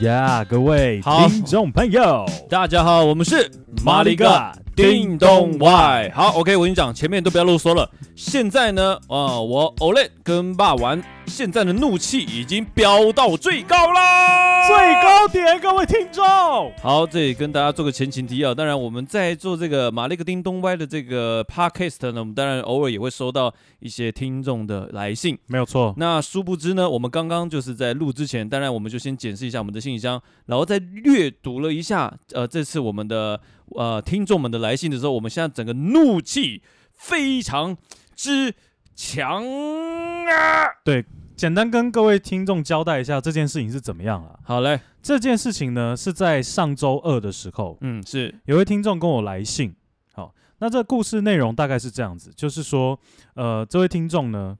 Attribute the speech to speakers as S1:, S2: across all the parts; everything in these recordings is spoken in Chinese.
S1: 呀各位
S2: 好
S1: 听众朋友，
S2: 大家好，我们是
S1: 马里嘎叮咚
S2: 外。好，OK，我跟你讲，前面都不要啰嗦了。现在呢，啊、我 OLED 跟霸玩，现在的怒气已经飙到最高啦，
S1: 最。高点，各位听众，
S2: 好，这里跟大家做个前情提要。当然，我们在做这个马里克叮咚歪的这个 podcast 呢，我们当然偶尔也会收到一些听众的来信。
S1: 没有错，
S2: 那殊不知呢，我们刚刚就是在录之前，当然我们就先检视一下我们的信箱，然后再阅读了一下，呃，这次我们的呃听众们的来信的时候，我们现在整个怒气非常之强啊！
S1: 简单跟各位听众交代一下这件事情是怎么样了。
S2: 好嘞，
S1: 这件事情呢是在上周二的时候，
S2: 嗯，是，
S1: 有位听众跟我来信，好，那这故事内容大概是这样子，就是说，呃，这位听众呢，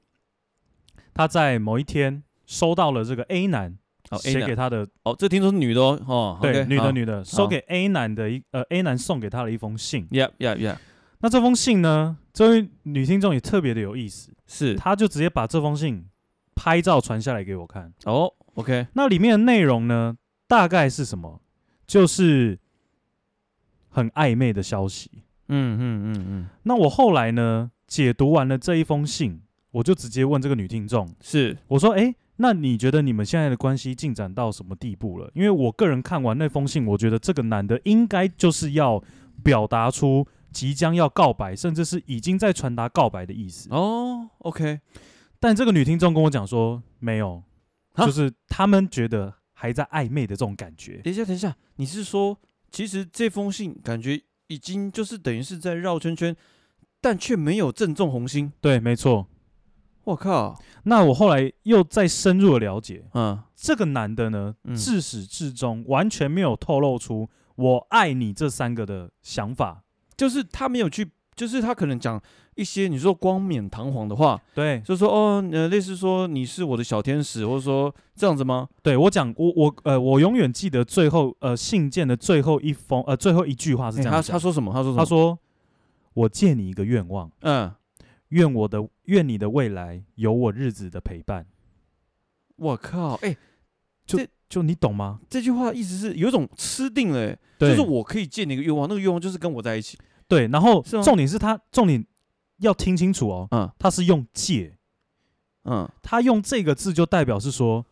S1: 他在某一天收到了这个 A 男
S2: 哦
S1: 写
S2: ，A
S1: 给
S2: 男，
S1: 他的，
S2: 哦，这听说是女的哦，哦，
S1: 对，女的，女的，收
S2: 好
S1: 给 A 男的一呃 A 男送给他的一封信。
S2: ，Yeah Yeah Yeah，
S1: 那这封信呢，这位女听众也特别的有意思，
S2: 是，
S1: 她就直接把这封信拍照传下来给我看。
S2: 哦，OK，
S1: 那里面的内容呢，大概是什么？就是很暧昧的消息。
S2: 嗯嗯嗯嗯，
S1: 那我后来呢，解读完了这一封信，我就直接问这个女听众，
S2: 是，
S1: 我说：“诶，那你觉得你们现在的关系进展到什么地步了？”因为我个人看完那封信，我觉得这个男的应该就是要表达出即将要告白，甚至是已经在传达告白的意思。
S2: 哦，OK，
S1: 但这个女听众跟我讲说，没有，
S2: 啊
S1: 就是他们觉得还在暧昧的这种感觉。
S2: 等一下，等一下，你是说，其实这封信感觉已经就是等于是在绕圈圈，但却没有正中红心。
S1: 对，没错。
S2: 我靠，
S1: 那我后来又再深入的了解，
S2: 嗯，
S1: 这个男的呢，
S2: 嗯
S1: 自始至终完全没有透露出“我爱你”这三个的想法。
S2: 就是他没有去，就是他可能讲一些你说光冕堂皇的话，
S1: 对，
S2: 就说哦，呃，类似说你是我的小天使，或者说这样子吗？
S1: 对我讲，我我呃，我永远记得最后呃信件的最后一封呃最后一句话是
S2: 诶
S1: 这样
S2: 他
S1: 讲
S2: 他说什么？他说什么？
S1: 他，说：“我借你一个愿望，
S2: 嗯，
S1: 愿我的愿你的未来有我日子的陪伴。
S2: 我靠，哎、”
S1: 就你懂吗？
S2: 这句话一直是有一种吃定了、诶
S1: 对，
S2: 就是我可以借你一个愿望，那个愿望就是跟我在一起。
S1: 对，然后
S2: 是吗
S1: 重点是他重点要听清楚哦，
S2: 嗯
S1: 他是用借，
S2: 嗯，
S1: 他用这个字就代表是说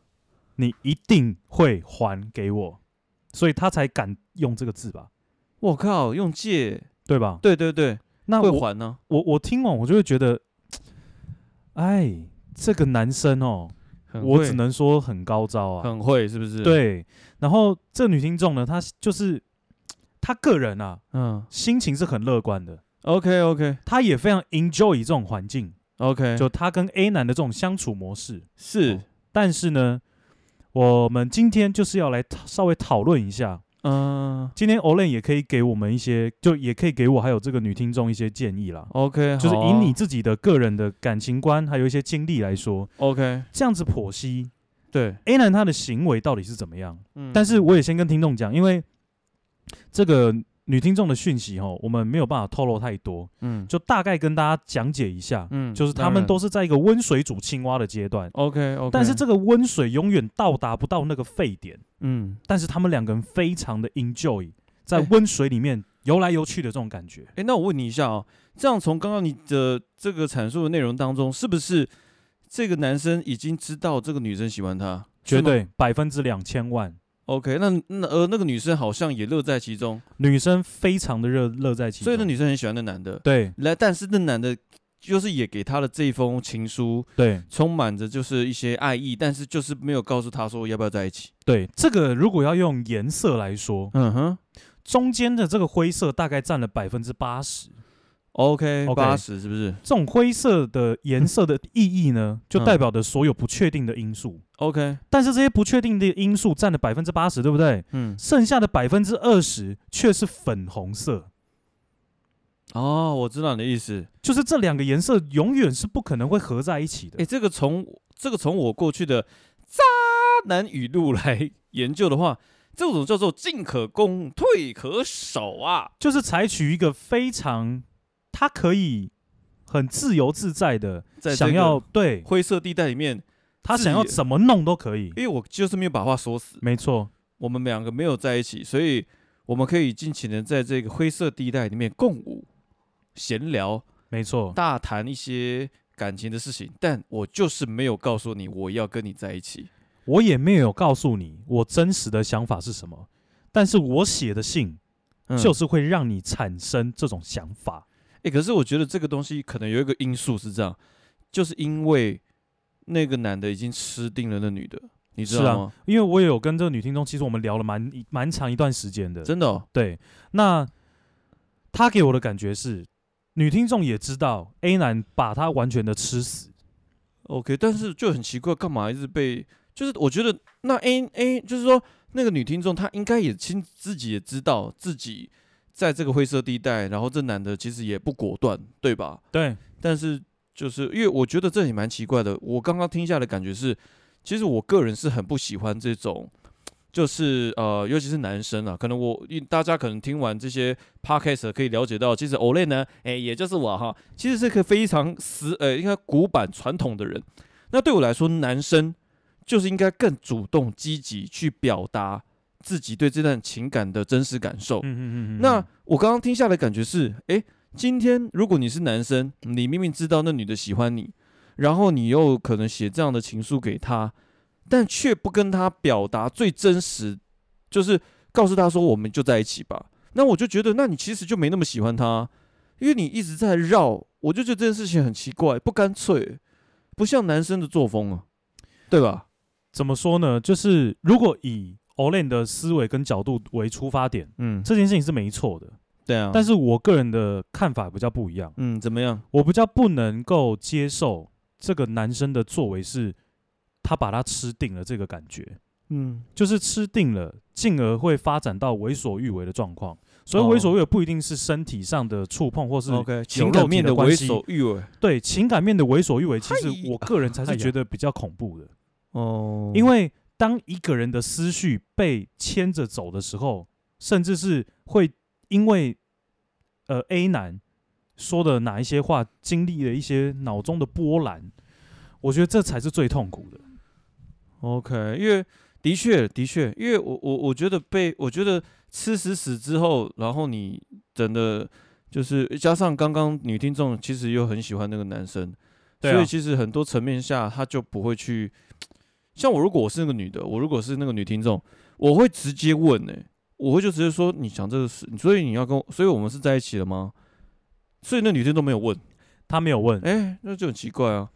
S1: 你一定会还给我，所以他才敢用这个字吧，
S2: 我靠，用借，
S1: 对吧？
S2: 对对对，
S1: 那
S2: 会
S1: 我
S2: 还呢、
S1: 我我听完我就会觉得，哎，这个男生哦，
S2: 很
S1: 我
S2: 嗯会
S1: 只能说很高招啊。
S2: 很会，是不是？，
S1: 对，然后这女听众呢，她就是她个人啊，
S2: 嗯
S1: 心情是很乐观的，
S2: ，OK OK
S1: 她也非常 enjoy 这种环境，
S2: OK，
S1: 就她跟 A 男的这种相处模式。
S2: 是，
S1: 但是呢，我们今天就是要来讨稍微讨论一下，
S2: 嗯
S1: 今天 Olen 也可以给我们一些，就也可以给我还有这个女听众一些建议啦。
S2: ，OK，
S1: 就是
S2: 好
S1: 以
S2: 啊
S1: 你自己的个人的感情观，还有一些经历来说，
S2: OK，
S1: 这样子剖析
S2: 对，
S1: A 男他的行为到底是怎么样。
S2: 嗯
S1: 但是我也先跟听众讲，因为这个女听众的讯息哈，我们没有办法透露太多，
S2: 嗯
S1: 就大概跟大家讲解一下，
S2: 嗯
S1: 就是他们都是在一个温水煮青蛙的阶段，
S2: OK OK，
S1: 但是这个温水永远到达不到那个沸点，
S2: 嗯，
S1: 但是他们两个人非常的 enjoy 在
S2: 哎
S1: 温水里面游来游去的这种感觉。
S2: 哎，那我问你一下哦，这样从刚刚你的这个阐述的内容当中，是不是这个男生已经知道这个女生喜欢他？
S1: 绝
S2: 是吗。
S1: 对百分之两千万，
S2: OK，那那呃，那个女生好像也乐在其中，
S1: 女生非常的热乐在其中。
S2: 所以那女生很喜欢那男的。
S1: 对
S2: 来，但是那男的，就是也给他的这一封情书，
S1: 对
S2: 充满着就是一些爱意，但是就是没有告诉他说要不要在一起。
S1: 对，这个如果要用颜色来说，
S2: 嗯哼
S1: 中间的这个灰色大概占了百分之八十。
S2: ，OK，
S1: OK
S2: 八十是不是
S1: 这种灰色的颜色的意义呢，就代表着所有不确定的因素。
S2: ？OK，
S1: 但是这些不确定的因素占了百分之八十，对不对？
S2: 嗯，
S1: 剩下的百分之二十却是粉红色，
S2: 哦，我知道你的意思。
S1: 就是这两个颜色永远是不可能会合在一起的。
S2: 诶，这个从这个从我过去的渣男语录来研究的话， 这种叫做进可攻，退可守啊。
S1: 就是采取一个非常，他可以很自由自在的，
S2: 在这
S1: 想要
S2: 个
S1: 对
S2: 灰色地带里面，
S1: 他想要
S2: 自由
S1: 怎么弄都可以
S2: 因。为我就是没有把话说死，
S1: 没错，
S2: 我们两个没有在一起，所以我们可以尽情的在这个灰色地带里面共舞、闲聊、
S1: 没错，
S2: 大谈一些感情的事情，但我就是没有告诉你我要跟你在一起。
S1: 我也没有告诉你我真实的想法是什么，但是我写的信
S2: 嗯
S1: 就是会让你产生这种想法。
S2: 哎、可是我觉得这个东西可能有一个因素是这样，就是因为那个男的已经吃定了那女的，你知
S1: 是啊
S2: 道吗？
S1: 因为我也有跟这个女听众，其实我们聊了蛮蛮长一段时间的。
S2: 真的、哦，
S1: 对，那她给我的感觉是，女听众也知道 A 男把她完全的吃死，
S2: OK，但是就很奇怪，干嘛一直被？就是我觉得那 A A 就是说那个女听众，她应该也清自己也知道自己在这个灰色地带，然后这男的其实也不果断，对吧？
S1: 对，
S2: 但是就是因为我觉得这也蛮奇怪的，我刚刚听下来的感觉是，其实我个人是很不喜欢这种。就是呃，尤其是男生啊，可能我因大家可能听完这些 podcast 可以了解到，其实 Olay 呢，哎、也就是我哈，其实是个非常死呃，应该古板传统的人。那对我来说，男生就是应该更主动积极去表达自己对这段情感的真实感受。
S1: 嗯嗯嗯嗯，
S2: 那我刚刚听下来感觉是，诶，今天如果你是男生，你明明知道那女的喜欢你，然后你又可能写这样的情书给她，但却不跟她表达最真实，就是告诉她说我们就在一起吧。那我就觉得，那你其实就没那么喜欢她，啊因为你一直在绕，我就觉得这件事情很奇怪，不干脆，不像男生的作风啊，对吧？
S1: 怎么说呢？就是如果以 Olen 的思维跟角度为出发点，
S2: 嗯，
S1: 这件事情是没错的，
S2: 对啊，
S1: 但
S2: 是
S1: 是我个人的看法比较不一样，
S2: 嗯，怎么样？
S1: 我比较不能够接受这个男生的作为是，他把他吃定了这个感觉，
S2: 嗯，
S1: 就是吃定了，进而会发展到为所欲为的状况。所以
S2: 哦
S1: 为所欲为不一定是身体上的触碰，或是
S2: OK，情
S1: 情
S2: 感
S1: 感面
S2: 面的
S1: 的
S2: 为
S1: 为
S2: 所
S1: 所
S2: 欲为
S1: 对情感面的为所欲为，其实
S2: 嗨
S1: 我个人才
S2: 哎
S1: 是
S2: 呀
S1: 觉得比较恐怖的。
S2: 哦
S1: 因为当一个人的思绪被牵着走的时候，甚至是会因为呃 A 男说的哪一些话，经历了一些脑中的波澜，我觉得这才是最痛苦的。
S2: OK，因为的确的确，因为我我我觉得被我觉得吃死死之后，然后你真的就是加上刚刚女听众其实又很喜欢那个男生，
S1: 对
S2: 所
S1: 啊
S2: 以其实很多层面下他就不会去。像我如果我是那个女的，我如果是那个女听众，我会直接问呢、我会就直接说你讲这个事，所以你要跟我，所以我们是在一起了吗？所以那女听众没有问，
S1: 他没有问，
S2: 哎、那就很奇怪啊，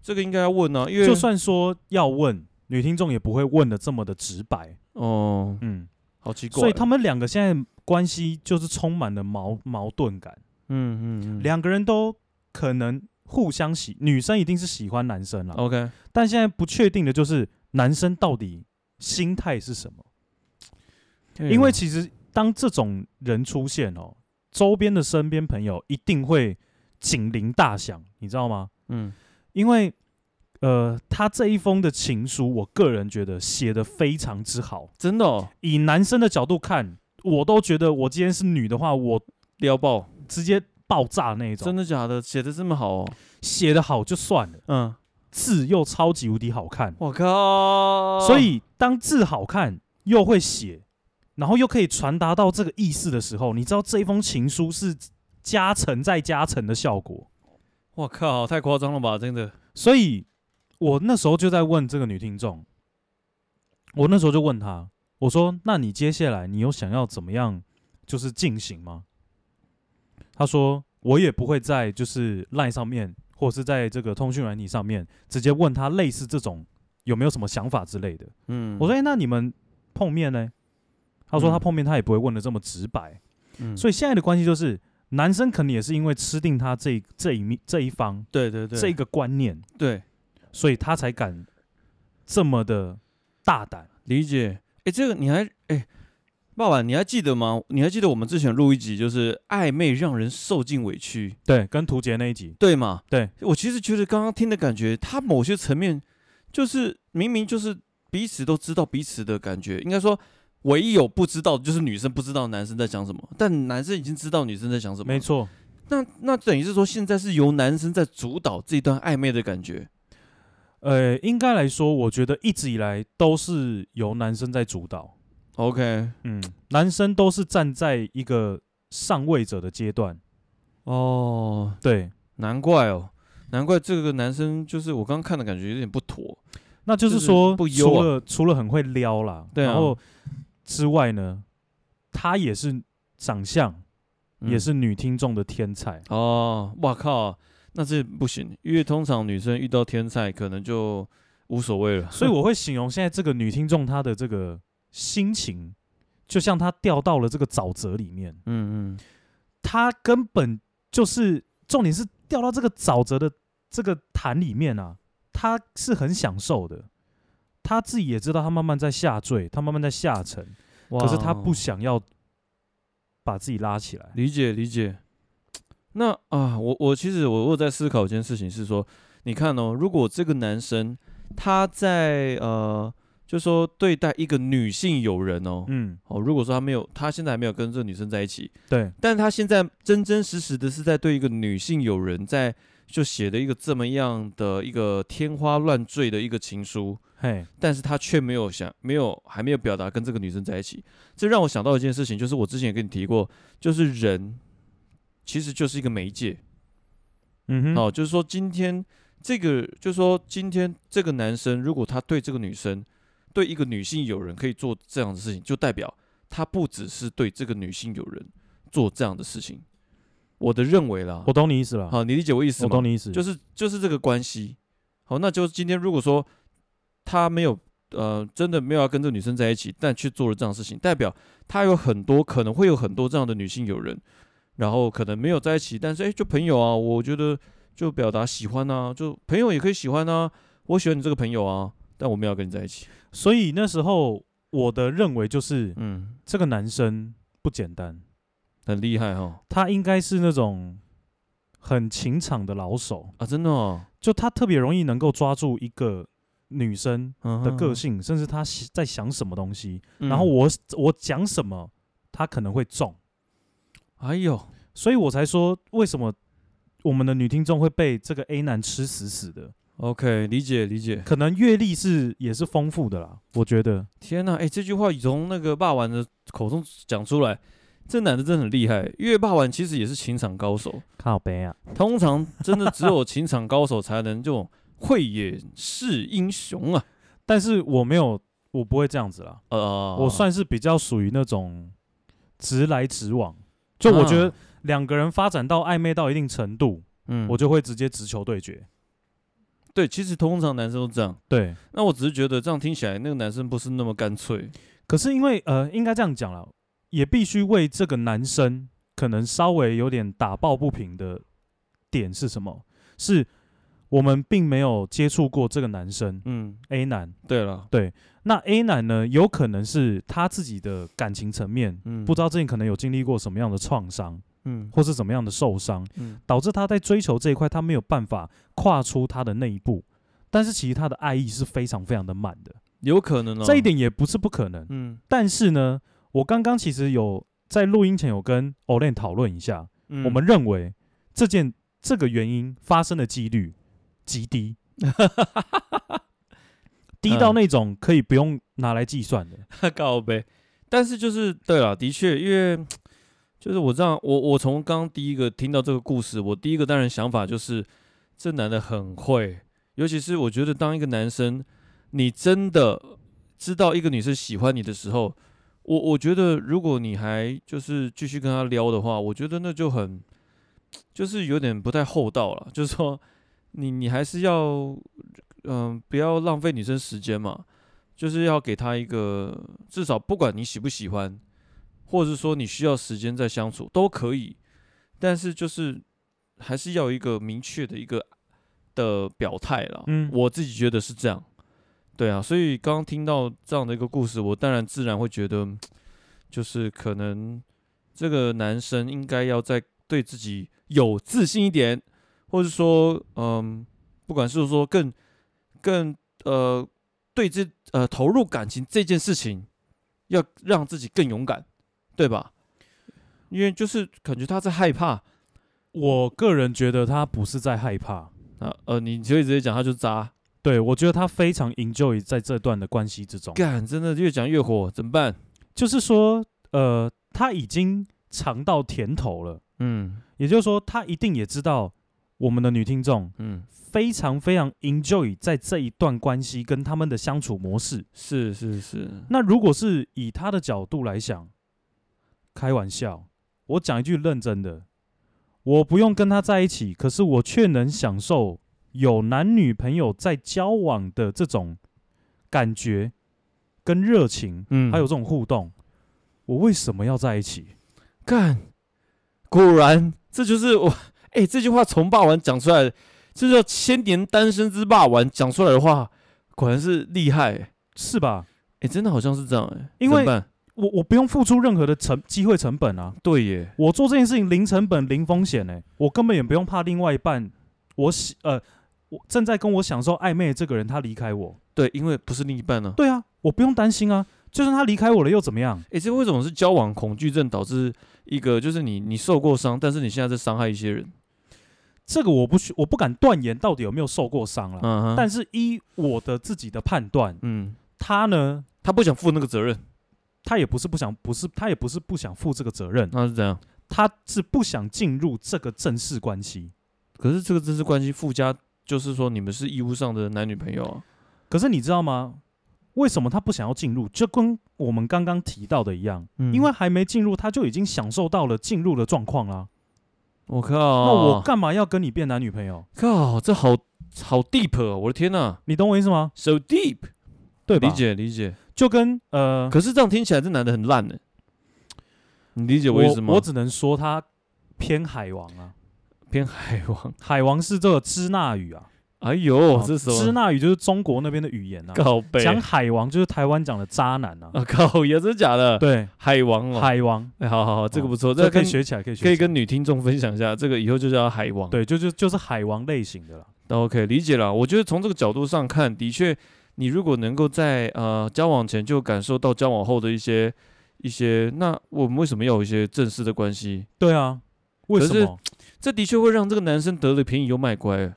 S2: 这个应该要问啊，因为
S1: 就算说要问，女听众也不会问的这么的直白。
S2: 哦，
S1: 嗯，
S2: 好奇怪，啊
S1: 所以他们两个现在关系就是充满了矛矛盾感，
S2: 嗯嗯嗯，
S1: 两个人都可能互相喜，女生一定是喜欢男生啦。
S2: OK，
S1: 但现在不确定的就是男生到底心态是什么，
S2: 啊
S1: 因
S2: 嗯
S1: 为其实当这种人出现哦，周边的身边朋友一定会警铃大响，你知道吗？
S2: 嗯
S1: 因为呃，他这一封的情书，我个人觉得写的非常之好。
S2: 真的、哦、
S1: 以男生的角度看，我都觉得我今天是女的话，我
S2: 撩爆，
S1: 直接爆炸那一
S2: 真
S1: 种。
S2: 的假的？写的这么好哦？
S1: 写的好就算了，
S2: 嗯，
S1: 字又超级无敌好看。
S2: 我靠！
S1: 所以当字好看又会写，然后又可以传达到这个意思的时候，你知道这一封情书是加成再加成的效果。
S2: 我靠，太夸张了吧？真的，
S1: 所以我那时候就在问这个女听众，我那时候就问她，我说：“那你接下来你有想要怎么样，就是进行吗？”她说：“我也不会在就是 LINE 上面，或是在这个通讯软体上面直接问她类似这种有没有什么想法之类的。”
S2: 嗯
S1: 我说：“哎、那你们碰面呢？”他说：“
S2: 嗯
S1: 他碰面他也不会问的这么直白。
S2: 嗯
S1: 所以现在的关系就是，男生可能也是因为吃定他这一这一面这一方
S2: 对对对，
S1: 这个观念，
S2: 对
S1: 所以他才敢这么的大胆。
S2: 理解。哎，这个你还哎，爸爸，你还记得吗？你还记得我们之前录一集就是暧昧让人受尽委屈，
S1: 对，跟图杰那一集，
S2: 对吗？
S1: 对
S2: 我其实觉得刚刚听的感觉，他某些层面就是明明就是彼此都知道彼此的感觉，应该说唯一有不知道的就是女生不知道男生在想什么，但男生已经知道女生在想什么。
S1: 没，错。
S2: 那那等于是说现在是由男生在主导这段暧昧的感觉。
S1: 呃，应该来说，我觉得一直以来都是由男生在主导，
S2: OK，
S1: 嗯，男生都是站在一个上位者的阶段，
S2: 哦，
S1: 对，
S2: 难怪哦，难怪这个男生就是我刚刚看的感觉有点不妥。
S1: 那就是
S2: 就是
S1: 说，
S2: 不优
S1: 除
S2: 啊
S1: 了除了很会撩啦，
S2: 对啊
S1: 然后之外呢，他也是长相
S2: 嗯
S1: 也是女听众的天才，
S2: 哦，哇靠，那这不行，因为通常女生遇到天才可能就无所谓 了。
S1: 所以我会形容现在这个女听众她的这个心情，就像她掉到了这个沼泽里面，
S2: 嗯嗯，
S1: 她根本就是重点是掉到这个沼泽的这个潭里面啊，她是很享受的，她自己也知道她慢慢在下坠，她慢慢在下沉，
S2: 哇
S1: 可是她不
S2: 哦
S1: 想要把自己拉起来。
S2: 理解理解。那啊，我我其实我我有在思考一件事情，是说，你看哦，如果这个男生他在呃，就说对待一个女性友人哦，
S1: 嗯，
S2: 哦，如果说他没有，他现在还没有跟这个女生在一起，
S1: 对，
S2: 但他现在真真实实的是在对一个女性友人在就写的一个这么样的一个天花乱坠的一个情书，
S1: 嘿，
S2: 但是他却没有想，没有还没有表达跟这个女生在一起，这让我想到一件事情，就是我之前也跟你提过，就是人其实就是一个媒介、
S1: 嗯哼，
S2: 哦，就是说今天这个，就是说今天这个男生如果他对这个女生，对一个女性友人可以做这样的事情，就代表他不只是对这个女性友人做这样的事情，我的认为啦，
S1: 我懂你意思了，
S2: 好，你理解我意思
S1: 我
S2: 吗？
S1: 懂你意思，
S2: 哦就是是就是这个关系。好，那就是今天如果说他没有呃真的没有要跟这个女生在一起，但却做了这样的事情，代表他有很多可能会有很多这样的女性友人，然后可能没有在一起，但是哎、就朋友啊，我觉得就表达喜欢啊，就朋友也可以喜欢啊，我喜欢你这个朋友啊，但我没有要跟你在一起。
S1: 所以那时候我的认为就是
S2: 嗯，
S1: 这个男生不简单，
S2: 很厉害哦哈
S1: 他应该是那种很情场的老手，
S2: 啊，真的哦，
S1: 就他特别容易能够抓住一个女生
S2: 嗯
S1: 的个
S2: 哼，
S1: 性，甚至他喜在想什么东西，
S2: 嗯
S1: 然后我我讲什么，他可能会中，
S2: 哎呦，
S1: 所以我才说为什么我们的女听众会被这个 A 男吃死死的，
S2: OK，理解理解。
S1: 可能阅历是也是丰富的啦，我觉得。
S2: 天呐，哎、这句话从那个霸王的口中讲出来，这男的真的很厉害。因为霸王其实也是情场高手，
S1: 靠背啊，
S2: 通常真的只有情场高手才能这种慧眼识英雄啊。
S1: 但是我没有，我不会这样子啦。
S2: 呃，
S1: 我算是比较属于那种直来直往，就我觉得
S2: 啊
S1: 两个人发展到暧昧到一定程度，
S2: 嗯，
S1: 我
S2: 我
S1: 就会直接直球对决。
S2: 对，其实通常男生都这样。
S1: 对，
S2: 那我只是觉得这样听起来，那个男生不是那么干脆。
S1: 可是因为呃，应该这样讲啦，也必须为这个男生可能稍微有点打抱不平的点是什么？是我们并没有接触过这个男生
S2: 嗯，
S1: A 男，
S2: 对了，
S1: 那 A 男呢，有可能是他自己的感情层面。
S2: 嗯，
S1: 不知道之前可能有经历过什么样的创伤，
S2: 嗯
S1: 或是怎么样的受伤，
S2: 嗯
S1: 导致他在追求这一块他没有办法跨出他的那一步。但是其实他的爱意是非常非常的满的，
S2: 有可能哦。
S1: 这一，点也不是不可能。
S2: 嗯
S1: 但是呢，我刚刚其实有在录音前有跟 Olen 讨论一下，
S2: 嗯，
S1: 我们认为这件这个原因发生的几率极 低，低到那种可以不用拿来计算的。
S2: 告呗。但是就是对了，的确，因为就是我这样，我我从刚刚第一个听到这个故事，我第一个当然想法就是这男的很会，尤其是我觉得当一个男生，你真的知道一个女生喜欢你的时候，我我觉得如果你还就是继续跟她撩的话，我觉得那就很就是有点不太厚道了，就是说你你还是要嗯、不要浪费女生时间嘛。就是要给他一个至少不管你喜不喜欢，或者是说你需要时间再相处都可以，但是就是还是要有一个明确的一个的表态啦。
S1: 嗯
S2: 我自己觉得是这样。对啊，所以刚刚听到这样的一个故事，我当然自然会觉得，就是可能这个男生应该要再对自己有自信一点，或者说，嗯，不管是说更更呃对这呃投入感情这件事情，要让自己更勇敢，对吧？因为就是感觉他在害怕啊，
S1: 我个人觉得他不是在害怕，
S2: 呃你可以直接讲他就渣，
S1: 对我觉得他非常 enjoy 在这段的关系之中。
S2: 干真的越讲越火，怎么办？
S1: 就是说，呃，他已经尝到甜头了，
S2: 嗯
S1: 也就是说，他一定也知道我们的女听众
S2: 嗯，
S1: 非常非常 enjoy 在这一段关系跟他们的相处模式。
S2: 是是是，
S1: 那如果是以他的角度来想，开玩笑，我讲一句认真的，我不用跟他在一起，可是我却能享受有男女朋友在交往的这种感觉跟热情，
S2: 嗯
S1: 还有这种互动，我为什么要在一起？
S2: 干，果然这就是我 哎、这句话从霸王讲出来的，这叫千年单身之霸王讲出来的话，果然是厉害、欸，
S1: 是吧？
S2: 哎、真的好像是这样哎、
S1: 因
S2: 怎么
S1: 为
S2: 办
S1: 我我不用付出任何的成机会成本啊，
S2: 对耶，
S1: 我做这件事情零成本零风险呢、欸我根本也不用怕另外一半，我喜呃，我正在跟我享受暧昧的这个人他离开我，
S2: 对，因为不是另一半呢、
S1: 对啊，我不用担心啊，就算他离开我了又怎么样？
S2: 哎、这为什么是交往恐惧症导致一个就是你你受过伤，但是你现在在伤害一些人，
S1: 这个我不去，我不敢断言到底有没有受过伤了。
S2: 嗯哼，
S1: 但是依我的自己的判断，
S2: 嗯，
S1: 他呢，
S2: 他不想负那个责任，
S1: 他也不是不想，不是他也不是不想负这个责任，
S2: 那是怎样？
S1: 他是不想进入这个正式关系。
S2: 可是这个真实关系附加就是说你们是义务上的男女朋友啊，
S1: 可是你知道吗？为什么他不想要进入？就跟我们刚刚提到的一样，
S2: 嗯
S1: 因为还没进入，他就已经享受到了进入的状况啦。
S2: 我靠，
S1: 那我干嘛要跟你变男女朋友？
S2: 靠，这好好 deep 哦！我的天呐、
S1: 你懂我意思吗？
S2: s o deep，
S1: 对吧？
S2: 理解理解。
S1: 就跟呃，
S2: 可是这样听起来，这男的很烂呢。你理解我意思吗？
S1: 我只能说他偏海王啊，
S2: 偏海王，
S1: 海王是这个支那语啊，
S2: 哎呦，
S1: 啊
S2: 这是什
S1: 支
S2: 么？
S1: 那语就是中国那边的语言啊，
S2: 靠背
S1: 讲海王就是台湾讲的渣男 啊，
S2: 啊，靠，也真的假的？
S1: 对，
S2: 海王哦，
S1: 海王，
S2: 哎，好好好，这个不错，
S1: 这
S2: 这
S1: 可
S2: 跟
S1: 以学起来，可以学起
S2: 可
S1: 来，
S2: 以跟女听众分享一下，这个以后就叫海王。
S1: 对，就就就是海王类型的啦，
S2: 那，OK，理解了。我觉得从这个角度上看，的确，你如果能够在呃交往前就感受到交往后的一些一些，那我们为什么要有一些正式的关系？
S1: 对啊，为
S2: 可
S1: 什
S2: 是
S1: 么？
S2: 这的确会让这个男生得了便宜又卖乖。啊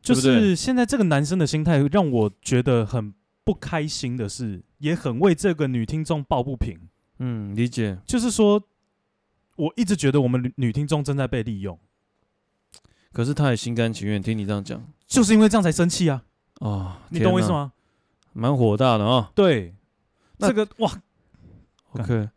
S1: 就
S2: 对不对
S1: 是现在这个男生的心态让我觉得很不开心的是，也很为这个女听众抱不平，
S2: 嗯，理解。
S1: 就是说，我一直觉得我们女女听众正在被利用，
S2: 可是他也心甘情愿听你这样讲
S1: 就是因为这样才生气啊，
S2: 哦，
S1: 你懂我意思
S2: 天哪？
S1: 吗？
S2: 蛮火大的啊、
S1: 对，
S2: 那
S1: 这个哇
S2: OK，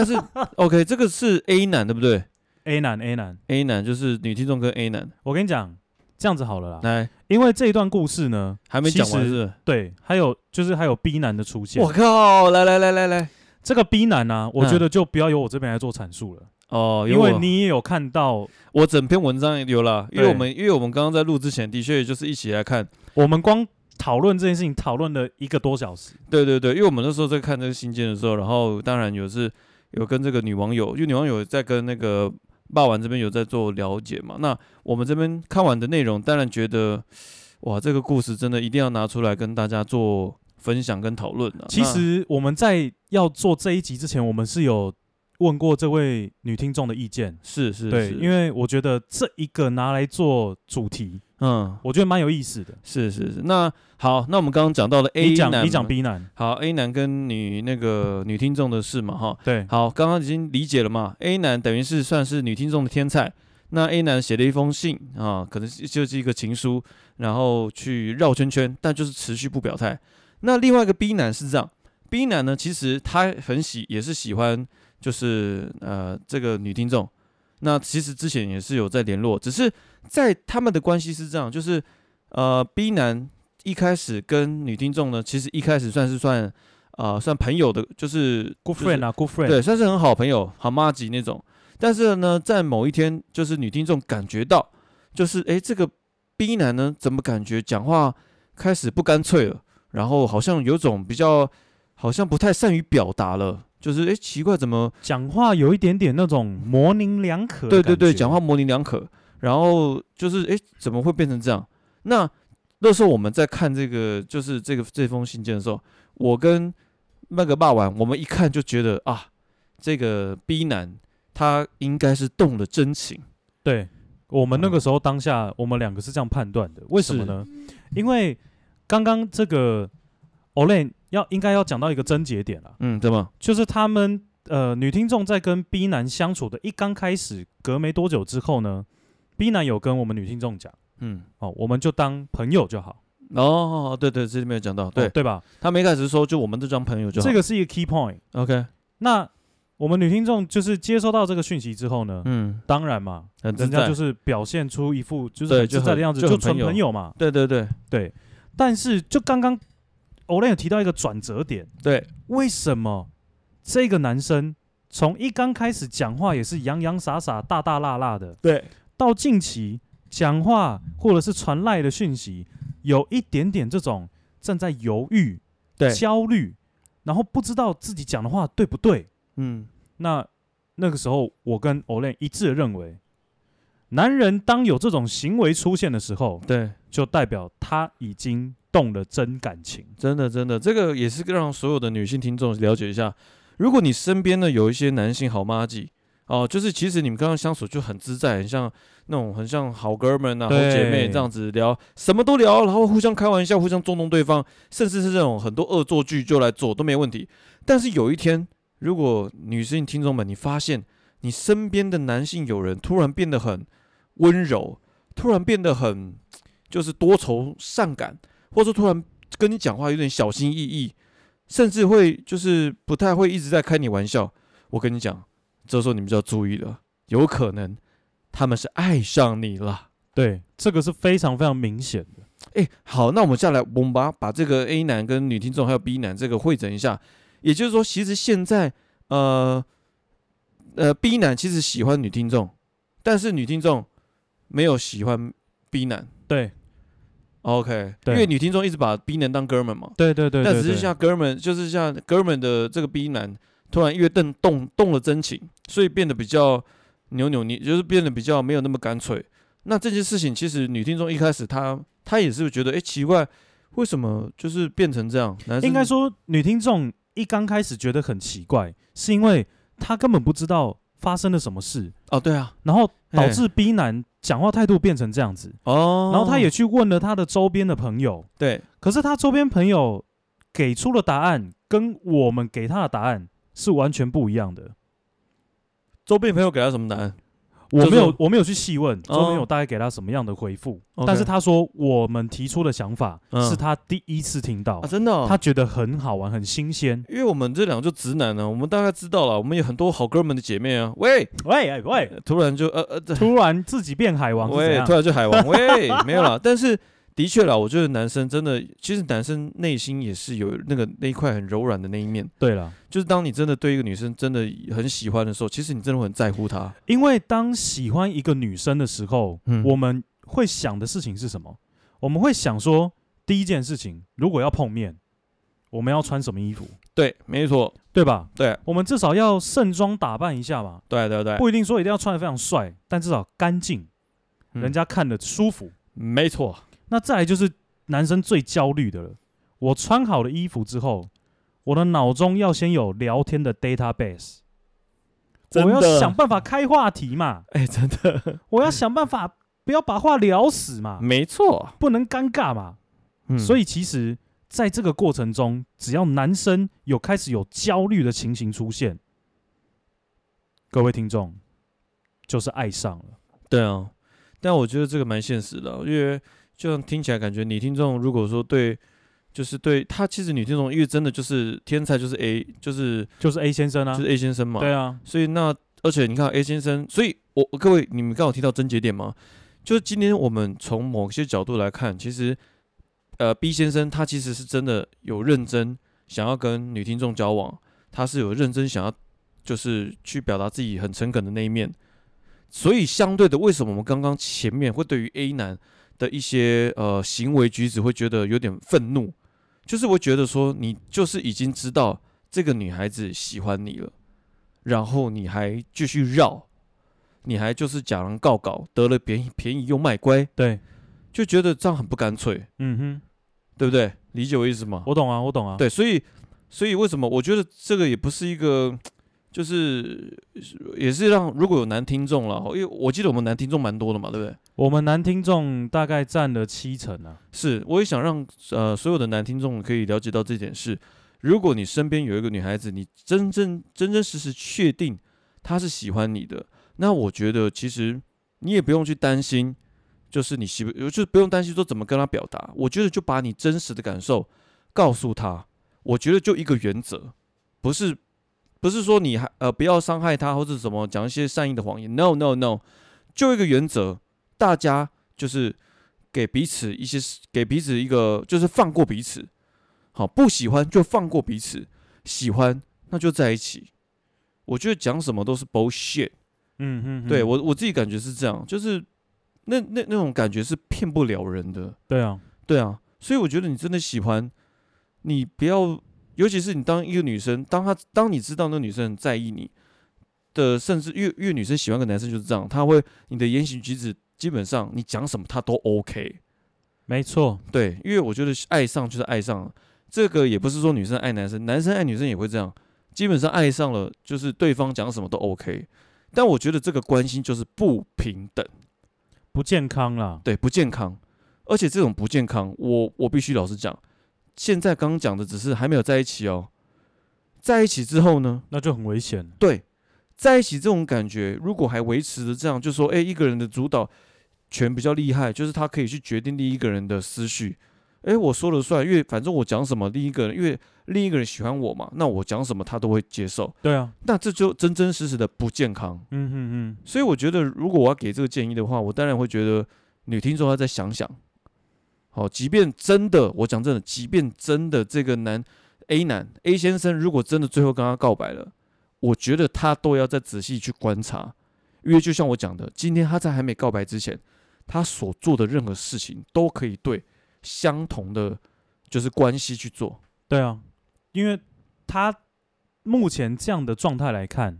S2: 是 OK，这个是 A 男对不对
S1: ，A 男 A 男，
S2: ？A 男就是女听众跟 A 男，
S1: 我跟你讲，这样子好了啦，
S2: 来
S1: 因为这一段故事呢，
S2: 还没讲完
S1: 其实
S2: 是
S1: 对，还有就是还有 B 男的出
S2: 不是？
S1: 现
S2: 我。靠！来来来来来，
S1: 这个 B 男呢、我
S2: 嗯
S1: 觉得就不要由我这边来做阐述了，
S2: 哦，
S1: 因为
S2: 我
S1: 你也有看到，
S2: 我整篇文章也有了，因为
S1: 对
S2: 我们因为我们刚刚在录之前的确就是一起来看，
S1: 我们光讨论这件事情讨论了一个多小时。
S2: 对对对，因为我们那时候在看这个信件的时候，然后当然有是有跟这个女网友，因为女网友在跟那个霸王这边有在做了解嘛。那我们这边看完的内容，当然觉得哇，这个故事真的一定要拿出来跟大家做分享跟讨论啊。
S1: 其
S2: 那
S1: 实我们在要做这一集之前，我们是有问过这位女听众的意见，
S2: 是是
S1: 对，
S2: 是
S1: 因为我觉得这一个拿来做主题，
S2: 嗯
S1: 我觉得蛮有意思的。
S2: 是是是，那好，那我们刚刚讲到了 A
S1: 你
S2: 男
S1: 讲你讲
S2: 嘛
S1: B 男，
S2: 好 A 男跟女那个女听众的事嘛哈，
S1: 对
S2: 好，刚刚已经理解了嘛？A 男等于是算是女听众的天才。那 A 男写了一封信啊，可能是就是一个情书，然后去绕圈圈，但就是持续不表态。那另外一个 B 男是这样，B 男呢，其实他很喜也是喜欢，就是呃这个女听众。那其实之前也是有在联络，只是在他们的关系是这样，就是呃 B 男一开始跟女听众呢，其实一开始算是算呃算朋友的，就是
S1: ，Good
S2: 就是
S1: friend 啊，Good friend，
S2: 对，算是很好朋友，好妈吉那种。但是呢，在某一天，就是女听众感觉到，就是诶，这个 B 男呢，怎么感觉讲话开始不干脆了，然后好像有种比较，好像不太善于表达了，就是诶，奇怪，怎么
S1: 讲话有一点点那种模棱两可。
S2: 对对对，讲话，模棱两可，然后就是诶，怎么会变成这样？那那时候我们在看这个，就是这个这封信件的时候，我跟那个霸王，我们一看就觉得啊，这个 B 男他应该是动了真情，
S1: 对我们那个时候当下，我们两个是这样判断的。为什么呢？因为刚刚这个 Olen 要应该要讲到一个症结点啊了，
S2: 嗯，怎么？
S1: 就是他们呃女听众在跟 B 男相处的一刚开始，隔没多久之后呢，B 男有跟我们女听众讲，
S2: 嗯，
S1: 哦，我们就当朋友就好，
S2: 哦，对对，这里面有讲到，对、
S1: 哦对吧？
S2: 他们一开始说就我们这张朋友就好
S1: 这个是一个 key point。
S2: OK，
S1: 那我们女听众就是接收到这个讯息之后呢，
S2: 嗯，
S1: 当然嘛，
S2: 很自
S1: 人家
S2: 在，
S1: 就是表现出一副就是
S2: 对
S1: 很
S2: 就
S1: 自在的
S2: 很
S1: 样子，
S2: 就
S1: 就
S2: 很
S1: 纯
S2: 朋友
S1: 朋友嘛。
S2: 对对对
S1: 对，但是就刚刚 Olen 有提到一个转折点，
S2: 对，
S1: 为什么这个男生从一刚开始讲话也是洋洋洒洒、大大辣辣的，
S2: 对，
S1: 到近期讲话或者是传赖的讯息，有一点点这种正在犹豫、
S2: 对
S1: 焦虑，然后不知道自己讲的话对不对？
S2: 嗯，
S1: 那那个时候，我跟 Olen 一致地认为，男人当有这种行为出现的时候，
S2: 对，
S1: 就代表他已经动了真感情。
S2: 真的真的，这个也是让所有的女性听众了解一下，如果你身边呢有一些男性好妈鸡。哦，就是其实你们刚刚相处就很自在，很像那种很像好哥们啊、好
S1: 对
S2: 姐妹这样子聊，什么都聊，然后互相开玩笑、互相纵容对方，甚至是这种很多恶作剧就来做都没问题。但是有一天，如果女性听众们，你发现你身边的男性友人突然变得很温柔，突然变得很就是多愁善感，或者说突然跟你讲话有点小心翼翼，甚至会就是不太会一直在开你玩笑，我跟你讲，这时候你们就要注意了，有可能他们是爱上你了。
S1: 对，这个是非常非常明显的。
S2: 哎、好，那我们下来，我们把把这个 A 男跟女听众还有 B 男这个会诊一下。也就是说，其实现在呃呃 B 男其实喜欢女听众，但是女听众没有喜欢 B 男。
S1: 对，
S2: OK，因
S1: 对
S2: 为女听众一直把 B 男当哥们嘛，
S1: 对对对
S2: 但
S1: 对
S2: 只是
S1: 对
S2: 像哥们，就是像哥们的这个 B 男突然因为动动动了真情，所以变得比较扭扭捏，就是变得比较没有那么干脆。那这件事情其实女听众一开始她她也是觉得，哎、奇怪，为什么就是变成这样？男生
S1: 应该说女听众一刚开始觉得很奇怪，是因为她根本不知道发生了什么事，
S2: 哦，对啊，
S1: 然后导
S2: 嘿
S1: 致 B 男讲话态度变成这样子，
S2: 哦，
S1: 然后她也去问了她的周边的朋友，
S2: 对
S1: 可是他周边朋友给出的答案跟我们给他的答案是完全不一样的。
S2: 周边朋友给他什么答案？
S1: 我
S2: 就是
S1: 没有，我没有去细问
S2: 哦
S1: 周边有大概给他什么样的回复，
S2: OK
S1: 但是他说我们提出的想法
S2: 嗯
S1: 是他第一次听到
S2: 啊，，真的、哦，
S1: 他觉得很好玩，很新鲜。
S2: 因为我们这两个就直男呢、啊我们大概知道了，我们有很多好哥们的姐妹啊，喂，
S1: 喂哎喂，
S2: 突然就呃呃， 这
S1: 突然自己变海王是怎
S2: 喂，
S1: 样
S2: 突？然就 海王，喂，没有啦。但是的确啦，我觉得男生真的，其实男生内心也是有那个那一块很柔软的那一面，
S1: 对了，
S2: 就是当你真的对一个女生真的很喜欢的时候，其实你真的会很在乎她。
S1: 因为当喜欢一个女生的时候，
S2: 嗯
S1: 我们会想的事情是什么？我们会想说，第一件事情，如果要碰面，我们要穿什么衣服，
S2: 对，没错，
S1: 对吧？
S2: 对，
S1: 我们至少要盛装打扮一下嘛，
S2: 对，对，对，
S1: 不一定说一定要穿得非常帅，但至少干净，
S2: 嗯
S1: 人家看得舒服。
S2: 没错，
S1: 那再来就是男生最焦虑的了，我穿好了衣服之后，我的脑中要先有聊天的 database，
S2: 真
S1: 我
S2: 的
S1: 要想办法开话题嘛，
S2: 哎、真的，
S1: 我要想办法不要把话聊死嘛，
S2: 没错，
S1: 不能尴尬嘛。
S2: 嗯
S1: 所
S2: 以
S1: 以其实在这个过程中，只要男生有开始有焦虑的情形出现，各位听众就是爱上了。
S2: 对啊，但我觉得这个蛮现实的啊，因为就像听起来感觉女听众如果说对。就是对她，其实女听众，因为真的就是天才，就是 A，就是
S1: 就是 A 先生啊
S2: 就，是 A 先生嘛，
S1: 对啊，
S2: 所以那而且你看 A 先生，所以我各位你们刚好听到症结点吗？就是今天我们从某些角度来看，其实呃 B 先生他其实是真的有认真想要跟女听众交往，他是有认真想要就是去表达自己很诚恳的那一面。所以相对的，为什么我们刚刚前面会对于 A 男的一些呃行为举止会觉得有点愤怒？就是我觉得说你就是已经知道这个女孩子喜欢你了。然后你还继续绕，你还就是假狼告告，得了便宜便宜又卖乖，
S1: 对，
S2: 就觉得这样很不干脆，
S1: 嗯
S2: 对不对？理解我意思
S1: 哼，？
S2: 吗
S1: 我懂啊，我懂啊，
S2: 对，所以所以为什么我觉得这个也不是一个，就是也是让如果有男听众了，因为我记得我们男听众蛮多的嘛，对不对？
S1: 我们男听众大概占了七成啊。
S2: 是，我也想让呃所有的男听众可以了解到这点是，如果你身边有一个女孩子，你真正真真实实确定她是喜欢你的，那我觉得其实你也不用去担心，就是你喜不，就是不用担心说怎么跟她表达。我觉得就把你真实的感受告诉她，我觉得就一个原则，不是不是说你还呃不要伤害她或者怎么讲一些善意的谎言，no no no，就一个原则，大家就是。给彼此一些，给彼此一个，就是放过彼此。好，不喜欢就放过彼此，喜欢那就在一起。我觉得讲什么都是 bullshit，、
S1: 嗯哼
S2: 对我我自己感觉是这样，就是那那那种感觉是骗不了人的。
S1: 对啊，
S2: 对啊，所以我觉得你真的喜欢，你不要，尤其是你当一个女生，当她当你知道那女生很在意你的，甚至越越女生喜欢个男生就是这样，她会你的言行举止基本上你讲什么她都 OK。
S1: 没错，
S2: 对，因为我觉得是爱上就是爱上了，这个也不是说女生爱男生，男生爱女生也会这样。基本上爱上了，就是对方讲什么都 OK。但我觉得这个关心就是不平等，
S1: 不健康啦。
S2: 对，不健康。而且这种不健康，我我必须老实讲，现在刚讲的只是还没有在一起哦，在一起之后呢，
S1: 那就很危险。
S2: 对，在一起这种感觉，如果还维持着这样，就说，哎、一个人的主导权比较厉害，就是他可以去决定另一个人的思绪。哎、我说了算，因为反正我讲什么，另一个人因为另一个人喜欢我嘛，那我讲什么他都会接受，
S1: 对啊，
S2: 那这就真真实实的不健康。
S1: 嗯哼
S2: 所以我觉得，如果我要给这个建议的话，我当然会觉得女听众要再想想。好，即便真的，我讲真的，即便真的这个男 A 男 A 先生，如果真的最后跟他告白了，我觉得他都要再仔细去观察，因为就像我讲的，今天他在还没告白之前，他所做的任何事情都可以对相同的就是关系去做。
S1: 哼，对啊，因为他目前这样的状态来看，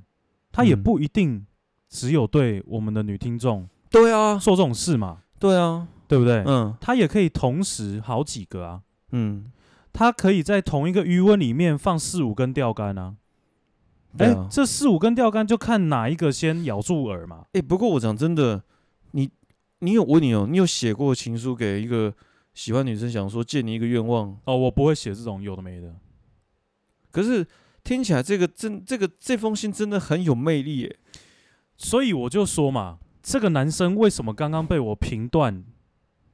S1: 他也
S2: 嗯
S1: 不一定只有对我们的女听众
S2: 对啊，
S1: 做这种事嘛，
S2: 对啊，
S1: 对不对？
S2: 嗯
S1: 他也可以同时好几个啊，
S2: 嗯，
S1: 他可以在同一个余温里面放四五根钓竿啊。
S2: 对
S1: 哎、
S2: 啊
S1: 这四五根钓竿就看哪一个先咬住饵嘛。
S2: 哎、不过我讲真的，你你有我问你哦，你有写过情书给一个喜欢女生，想说借你一个愿望？
S1: 哦，我不会写这种有的没的。
S2: 可是听起来这个真这个这封信真的很有魅力耶。
S1: 所以我就说嘛，这个男生为什么刚刚被我评断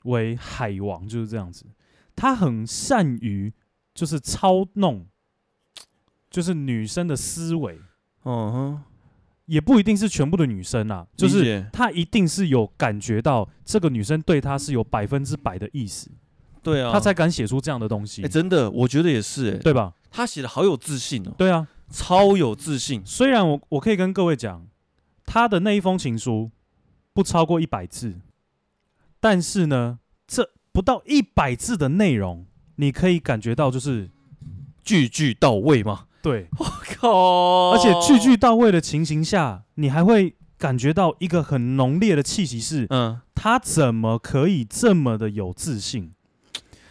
S1: 为海王就是这样子，他很善于就是操弄，就是女生的思维，
S2: 嗯哼，
S1: 也不一定是全部的女生啊，就
S2: 理
S1: 是
S2: 解
S1: 他一定是有感觉到这个女生对他是有百分之百的意思，
S2: 对啊，
S1: 他才敢写出这样的东西
S2: 哎、，真的，我觉得也是哎，
S1: 对吧？
S2: 他写的好有自信哦，
S1: 对啊，
S2: 超有自信。
S1: 虽然我我可以跟各位讲，他的那一封情书不超过一百字，但是呢，这不到一百字的内容，你可以感觉到就是
S2: 句句到位嘛，
S1: 对，
S2: 靠！
S1: 而且句句到位的情形下，你还会感觉到一个很浓烈的气息是，
S2: 嗯，
S1: 他怎么可以这么的有自信，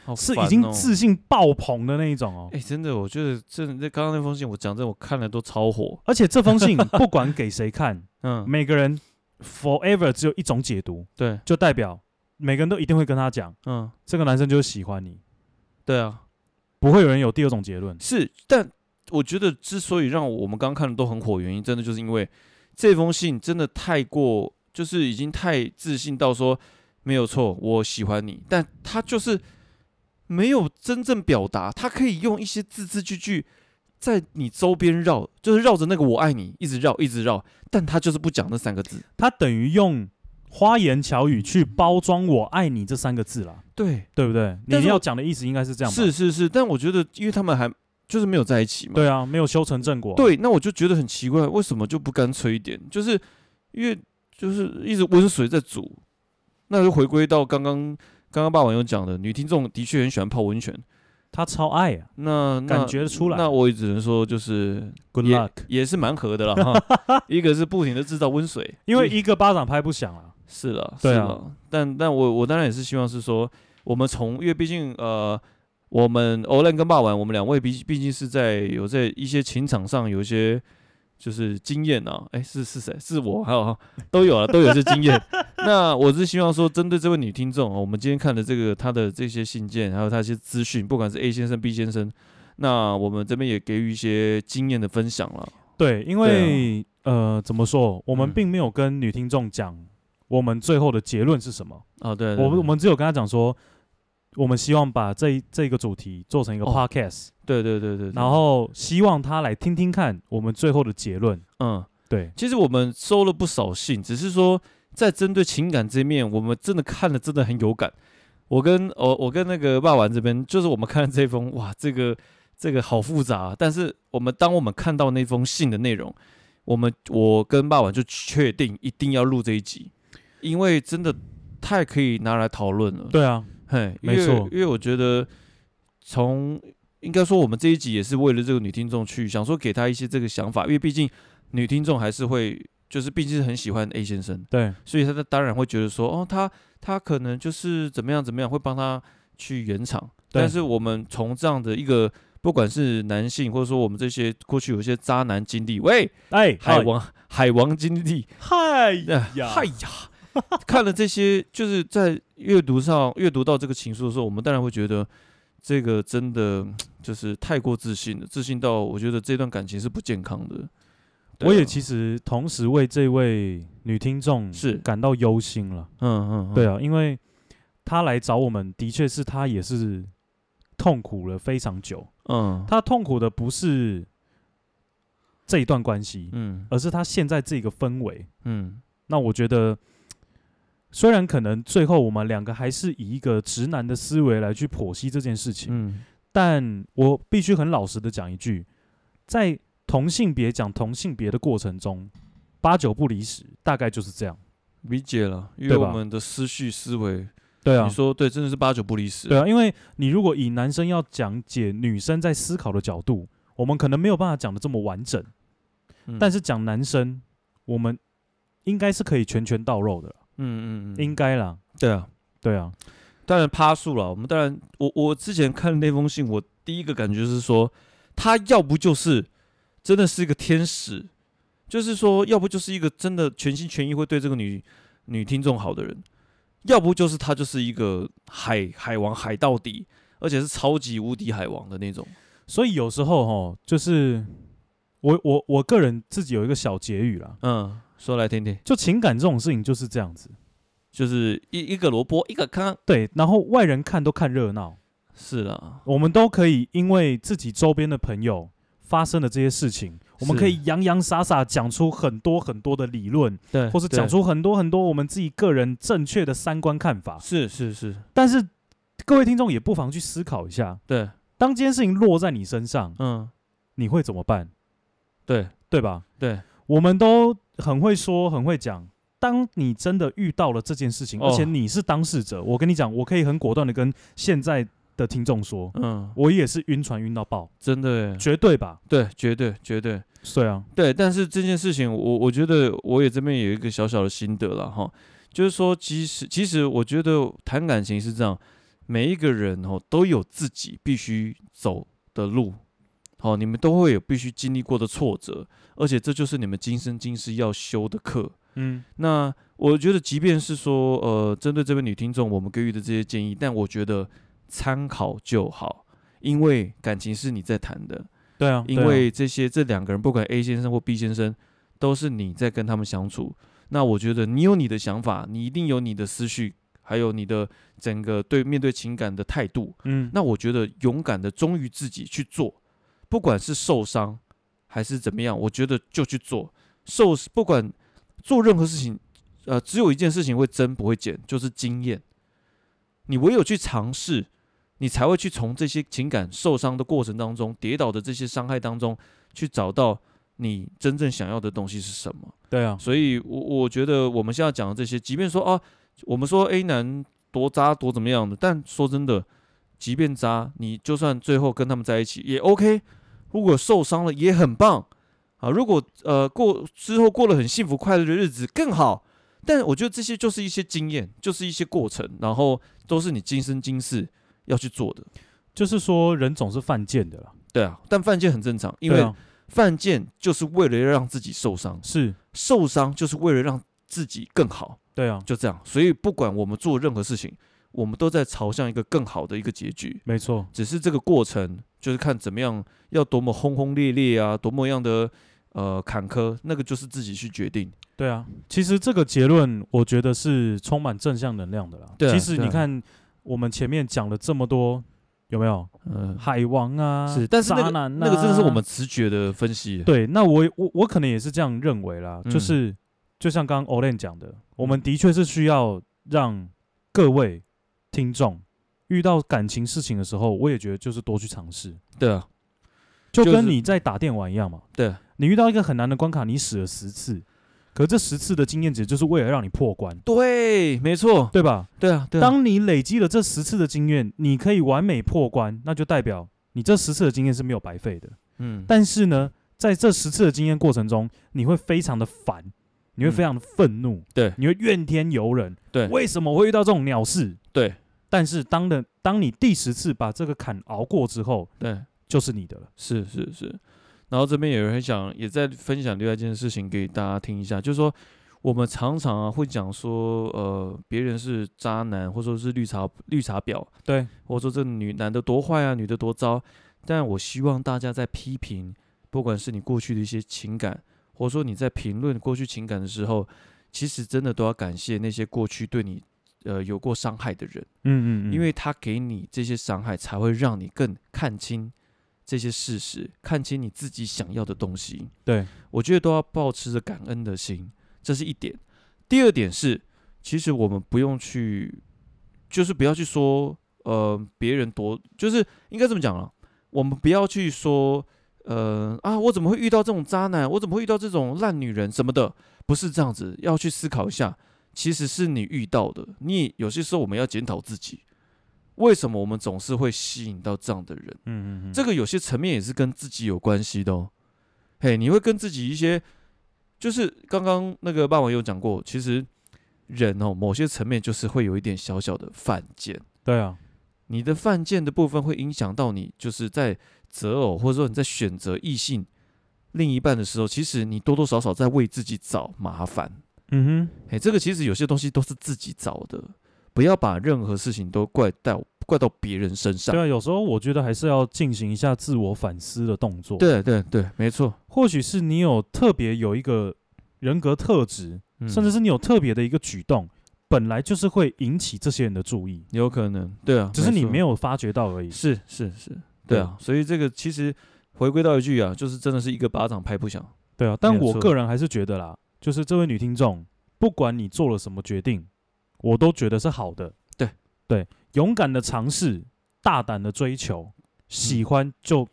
S2: 好
S1: 是
S2: 烦
S1: 已经
S2: 哦
S1: 自信爆棚的那一种哦。
S2: 哎、真的，我觉得真的，那刚刚那封信，我讲真的，我看了都超火。
S1: 而且这封信不管给谁看，
S2: 嗯，
S1: 每个人 forever 只有一种解读，
S2: 对，
S1: 就代表每个人都一定会跟他讲。
S2: 嗯，
S1: 这个男生就是喜欢你，
S2: 对啊，
S1: 不会有人有第二种结论。
S2: 是，但我觉得之所以让我们刚刚看的都很火，原因真的就是因为这封信真的太过，就是已经太自信到说没有错，我喜欢你，但他就是没有真正表达，他可以用一些字字句句在你周边绕，就是绕着那个我爱你一直绕一直绕，但他就是不讲那三个字。
S1: 他等于用花言巧语去包装“我爱你”这三个字啦，
S2: 对，
S1: 对不对？
S2: 但是
S1: 你要
S2: 我
S1: 讲的意思应该是这样吧？
S2: 是，是是，但我觉得因为他们还就是没有在一起嘛，
S1: 对啊，没有修成正果。，
S2: 对，那我就觉得很奇怪，为什么就不干脆一点？就是因为就是一直温水在煮，那就回归到刚刚刚刚霸王有讲的，女听众的确很喜欢泡温泉，
S1: 他超爱啊
S2: 那那
S1: 感觉得出来
S2: 嗯那我也只能说就是
S1: ，Good
S2: 也
S1: luck。
S2: 也是蛮合的了 哈。一个是不停的制造温水，
S1: 因为一个巴掌拍不响啊，
S2: 是了，
S1: 对
S2: 是
S1: 啊
S2: 了，但但我我当然也是希望是说，我们从因为毕竟呃，我 E 们欧兰跟霸王，我们两位毕毕竟是在有在一些情场上有一些就是经验啊，哎，是是谁？是我，还有都有了，啊都有这经验。 那我是希望说，针对这位女听众啊，我们今天看的这个她的这些信件，还有她一些资讯，不管是 A 先生、B 先生，那我们这边也给予一些经验的分享了。
S1: 对，因
S2: 啊
S1: 为、呃，怎么说，我们
S2: 嗯
S1: 并没有跟女听众讲我们最后的结论是什么，
S2: 啊，对，对
S1: 我们我们只有跟她讲说，我们希望把这一这个主题做成一个
S2: 哦
S1: podcast，、
S2: 对对对对，对
S1: 然后希望她来听听看我们最后的结论。
S2: 嗯，
S1: 对，
S2: 其实我们收了不少信，只是说在针对情感这面，我们真的看了真的很有感。我跟我我跟那个霸王这边，就是我们看了这封，哇，这个这个好复杂啊、但是我们当我们看到那封信的内容，我们我跟霸王就确定一定要录这一集，因为真的太可以拿来讨论了。
S1: 对啊，
S2: 嘿，因
S1: 没
S2: 为
S1: 错
S2: 因为我觉得从应该说我们这一集也是为了这个女听众去想说给她一些这个想法，因为毕竟女听众还是会就是毕竟是很喜欢 A 先生，
S1: 对，
S2: 所以她当然会觉得说哦，他他可能就是怎么样怎么样会帮他去圆场，
S1: 对
S2: 但是我们从这样的一个。不管是男性，或者说我们这些过去有一些渣男经历，喂，
S1: 哎，
S2: 海
S1: 嗨
S2: 王、海王经历，
S1: 嗨
S2: 呃
S1: 呀，
S2: 嗨呀！看了这些，就是在阅读上阅读到这个情书的时候，我们当然会觉得这个真的就是太过自信了，自信到我觉得这段感情是不健康的。对
S1: 我
S2: 啊
S1: 也其实同时为这位女听众
S2: 是
S1: 感到忧心了。
S2: 嗯嗯，嗯
S1: 对，啊，因为她来找我们，的确是她也是痛苦了非常久。
S2: 嗯
S1: 她痛苦的不是这一段关系，
S2: 嗯
S1: 而是她现在这个氛围。
S2: 嗯
S1: 那我觉得，虽然可能最后我们两个还是以一个直男的思维来去剖析这件事情，
S2: 嗯，
S1: 但我必须很老实的讲一句，在同性别讲同性别的过程中，八九不离十，大概就是这样。
S2: 理解了，因为
S1: 对吧
S2: 我们的思绪思维，
S1: 对啊
S2: 你，说对，真的是八九不离十。
S1: 对啊，因为你如果以男生要讲解女生在思考的角度，我们可能没有办法讲的这么完整，
S2: 嗯，
S1: 但是讲男生，我们应该是可以拳拳到肉的，
S2: 嗯嗯嗯，
S1: 应该啦。
S2: 对啊，
S1: 对啊，
S2: 当然趴数了。我们当然，我我之前看那封信，我第一个感觉是说，他要不就是真的是一个天使，就是说，要不就是一个真的全心全意会对这个女女听众好的人，要不就是他就是一个海海王海到底，而且是超级无敌海王的那种。
S1: 所以有时候哦，就是我我我个人自己有一个小结语啦，
S2: 嗯，说来听听，
S1: 就情感这种事情就是这样子。
S2: 就是一一个萝卜一个坑，
S1: 对，然后外人看都看热闹，
S2: 是啦，
S1: 我们都可以因为自己周边的朋友发生的这些事情，我们
S2: 是
S1: 可以洋洋洒洒讲出很多很多的理论，
S2: 对，
S1: 或是讲
S2: 对
S1: 出很多很多我们自己个人正确的三观看法。
S2: 是是是，
S1: 但是各位听众也不妨去思考一下，
S2: 对，
S1: 当这件事情落在你身上，
S2: 嗯，
S1: 你会怎么办？
S2: 对
S1: 对吧？
S2: 对，
S1: 我们都很会说，很会讲。当你真的遇到了这件事情，
S2: 哦
S1: 而且你是当事者，我跟你讲，我可以很果断的跟现在的听众说，
S2: 嗯，
S1: 我也是晕船晕到爆，
S2: 真的耶，
S1: 绝对吧？
S2: 对，绝对绝对。
S1: 对啊，
S2: 对，但是这件事情我，我觉得我也这边有一个小小的心得了哈，就是说，其实其实我觉得谈感情是这样，每一个人哦都有自己必须走的路，好，你们都会有必须经历过的挫折，而且这就是你们今生今世要修的课。
S1: 嗯，
S2: 那我觉得，即便是说，呃，针对这位女听众，我们给予的这些建议，但我觉得参考就好，因为感情是你在谈的，
S1: 对啊，
S2: 因
S1: 对啊
S2: 为这些这两个人，不管 A 先生或 B 先生，都是你在跟他们相处。那我觉得你有你的想法，你一定有你的思绪，还有你的整个对面对情感的态度。
S1: 嗯，
S2: 那我觉得勇敢的忠于自己去做，不管是受伤还是怎么样，我觉得就去做。受不管做任何事情，呃，只有一件事情会增不会减，就是经验。你唯有去尝试，你才会去从这些情感受伤的过程当中、跌倒的这些伤害当中，去找到你真正想要的东西是什么。
S1: 对啊，
S2: 所以我我觉得我们现在讲的这些，即便说啊，我们说 A 男多渣多怎么样的，但说真的，即便渣，你就算最后跟他们在一起也 OK。如果受伤了也很棒啊，如果呃过之后过了很幸福快乐的日子更好。但我觉得这些就是一些经验，就是一些过程，然后都是你今生今世要去做的。
S1: 就是说人总是犯贱的啦，
S2: 对啊，但犯贱很正常，因
S1: 对
S2: 为
S1: 啊
S2: 犯贱就是为了让自己受伤，
S1: 是，
S2: 受伤就是为了让自己更好，
S1: 对啊，
S2: 就这样。所以不管我们做任何事情，我们都在朝向一个更好的一个结局，
S1: 没错，
S2: 只是这个过程就是看怎么样，要多么轰轰烈烈啊，多么样的呃坎坷，那个就是自己去决定。
S1: 对啊。其实这个结论，我觉得是充满正向能量的啦。
S2: 对啊
S1: 其实
S2: 对
S1: 你
S2: 啊
S1: 看，我们前面讲了这么多，有没有
S2: 嗯、
S1: 海王啊？
S2: 是，但是那
S1: 渣
S2: 个、
S1: 男、啊、
S2: 那个真的是我们直觉的分析。
S1: 对，那我也我我可能也是这样认为啦，
S2: 嗯
S1: 就是就像刚刚 Olen 讲的，我们的确是需要让各位听众遇到感情事情的时候，我也觉得就是多去尝试，
S2: 对啊，
S1: 就
S2: 就是
S1: 跟你在打电玩一样嘛。
S2: 对，
S1: 你遇到一个很难的关卡，你死了十次，可这十次的经验值就是为了让你破关，
S2: 对，没错，
S1: 对吧？
S2: 对啊，对啊，
S1: 当你累积了这十次的经验，你可以完美破关，那就代表你这十次的经验是没有白费的。
S2: 嗯，
S1: 但是呢，在这十次的经验过程中，你会非常的烦，你会非常的愤怒，
S2: 嗯对
S1: 你会怨天尤人，
S2: 对
S1: 为什么会遇到这种鸟事？
S2: 对。
S1: 但是当的当你第十次把这个坎熬过之后，
S2: 对，
S1: 就是你的了。
S2: 是是是，然后这边有人想也在分享另外一件事情给大家听一下，就是说我们常常啊会讲说，呃，别人是渣男，或者说是绿茶绿茶婊，
S1: 对，
S2: 或者说这女男的多坏啊，女的多糟。但我希望大家在批评，不管是你过去的一些情感，或者说你在评论过去情感的时候，其实真的都要感谢那些过去对你呃有过伤害的人。
S1: 嗯嗯嗯，
S2: 因为他给你这些伤害，才会让你更看清这些事实，看清你自己想要的东西。
S1: 对，
S2: 我觉得都要保持着感恩的心，这是一点。第二点是，其实我们不用去，就是不要去说，呃，别人多，就是应该这么讲了，我们不要去说，呃，啊，我怎么会遇到这种渣男？我怎么会遇到这种烂女人什么的？不是这样子，要去思考一下，其实是你遇到的。你也有些时候我们要检讨自己，为什么我们总是会吸引到这样的人？
S1: 嗯嗯嗯，
S2: 这个有些层面也是跟自己有关系的哦。嘿，你会跟自己一些，就是刚刚那个霸王有讲过，其实人哦，某些层面就是会有一点小小的犯贱。
S1: 对啊，
S2: 你的犯贱的部分会影响到你，就是在择偶或者说你在选择异性另一半的时候，其实你多多少少在为自己找麻烦。
S1: 嗯
S2: 哎，这个其实有些东西都是自己找的，不要把任何事情都怪到怪到别人身
S1: 哼，
S2: 上
S1: 对。啊，有时候我觉得还是要进行一下自我反思的动作。，
S2: 对对对，没错，
S1: 或许是你有特别有一个人格特质，
S2: 嗯
S1: 甚至是你有特别的一个举动，本来就是会引起这些人的注意，
S2: 有可能，对啊，
S1: 只是你
S2: 错
S1: 没有发觉到而已。
S2: 是是是，对啊，所以这个其实回归到一句啊，就是真的是一个巴掌拍不响。
S1: 对啊，但
S2: 没有
S1: 我
S2: 错
S1: 个人还是觉得啦，就是这位女听众，不管你做了什么决定，我都觉得是好的。
S2: 对
S1: 对，勇敢的尝试，大胆的追求，喜欢就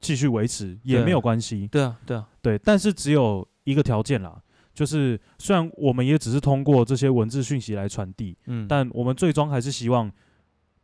S1: 继续维持、也
S2: 嗯对
S1: 没有关系。
S2: 对啊，对啊，
S1: 对，但是只有一个条件啦，就是虽然我们也只是通过这些文字讯息来传递，
S2: 嗯，
S1: 但我们最终还是希望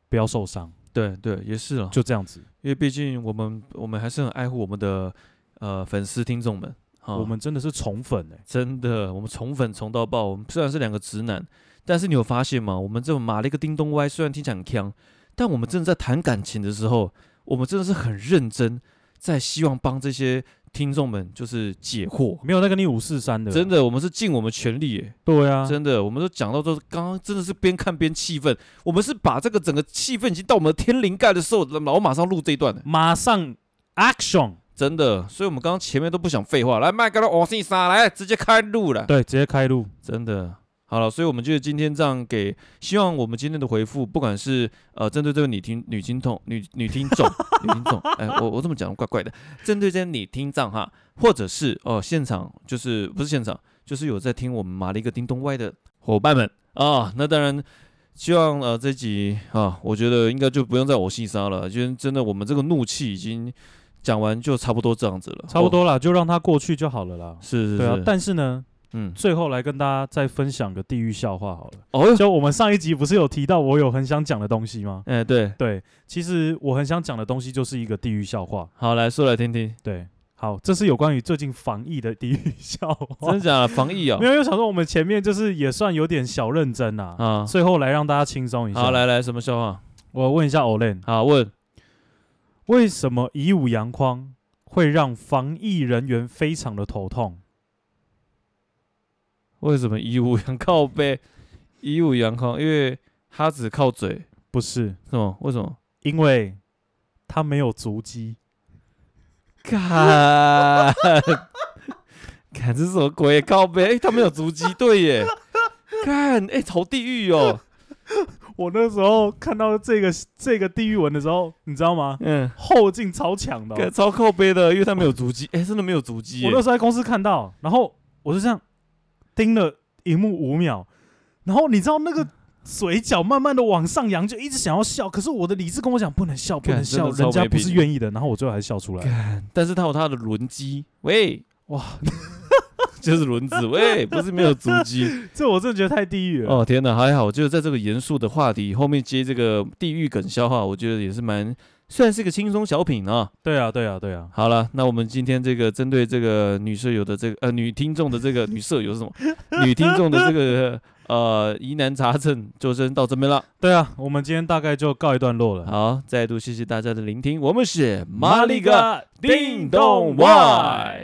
S1: 不要受伤，
S2: 对对也是啊，
S1: 就这样子。
S2: 因为毕竟我们我们还是很爱护我们的呃粉丝听众们啊，
S1: 我们真的是宠粉哎、
S2: 真的我们宠粉宠到爆。我们虽然是两个直男，但是你有发现吗？我们这种马了一个叮咚歪，虽然听起来很腔，但我们真的在谈感情的时候，我们真的是很认真，在希望帮这些听众们就是解惑。
S1: 没有在跟你五四三的，
S2: 真的，我们是尽我们全力耶，
S1: 对啊，
S2: 真的，我们都讲到都刚刚真的是边看边气愤，我们是把这个整个气氛已经到我们的天灵盖的时候，然后马上录这一段的，
S1: 马上 action。
S2: 真的，所以我们刚刚前面都不想废话，来麦克的我是啥，来直接开录了，
S1: 对，直接开路。
S2: 真的。好了，所以我们就今天这样给，希望我们今天的回复，不管是呃针对这个女听女听众女女听众女听众，哎，我我这么讲怪怪的，针对这些女听众哈，或者是哦、呃现场就是不是现场，就是有在听我们马了一个叮咚歪的伙伴们啊、那当然。希望呃这集啊，我觉得应该就不用再我细沙了，就是真的我们这个怒气已经讲完就差不多这样子了，
S1: 差不
S2: 哦、
S1: 多啦，就让它过去就好了啦。
S2: 是是是，
S1: 对啊，但是呢，
S2: 嗯，
S1: 最后来跟大家再分享个地狱笑话好了。
S2: 哦哟，
S1: 就我们上一集不是有提到我有很想讲的东西吗？
S2: 哎对，
S1: 对，其实我很想讲的东西就是一个地狱笑话。
S2: 好来说来听听。
S1: 对，好，这是有关于最近防疫的地狱笑话
S2: 真。的假的？防疫啊、
S1: 没有，因为想说我们前面就是也算有点小认真呐、啊，
S2: 啊，
S1: 最后来让大家轻松一下。
S2: 好，，来来，什么笑啊话？
S1: 我问一下 Olen，
S2: 好，问
S1: 为什么以武扬匡会让防疫人员非常的头痛。
S2: 为什么一五阳靠背， 一五阳靠？因为他只靠嘴，
S1: 不是，
S2: 是吗？为什么？
S1: 因为他没有足迹。
S2: 看，看这是什么鬼？靠背，哎、他没有足迹，对耶。看，哎、好地狱哦。
S1: 我那时候看到这个这个地狱文的时候，你知道吗？
S2: 嗯，
S1: 后劲超强的哦、
S2: 干超靠背的，因为他没有足迹，哎、真的没有足迹
S1: 我
S2: 耶
S1: 那。时候在公司看到，然后我就这样盯了荧幕五秒，然后你知道那
S2: 嗯
S1: 个嘴角慢慢的往上扬，就一直想要笑，可是我的理智跟我讲不能笑，不
S2: 干
S1: 能
S2: 真的
S1: 笑，
S2: 超
S1: 人家
S2: 没
S1: 不
S2: 品
S1: 是愿意的，然后我最后还是笑出来。
S2: 干，但是他有他的轮机，喂，
S1: 哇，
S2: 就是轮子，喂，不是没有足迹。
S1: 这我真的觉得太地狱了。
S2: 哦天哪，还好，就是在这个严肃的话题后面接这个地狱梗笑话，我觉得也是蛮，虽然是个轻松小品啊。
S1: 对啊，对啊，对啊，
S2: 好了，那我们今天这个针对这个女舍友的这个呃女听众的这个女舍友是什么？女听众的这个呃疑难杂症就先到这边了。
S1: 对啊，我们今天大概就告一段落了。
S2: 好，再度谢谢大家的聆听，我们是马里哥
S1: 马里嘎
S2: 叮咚外。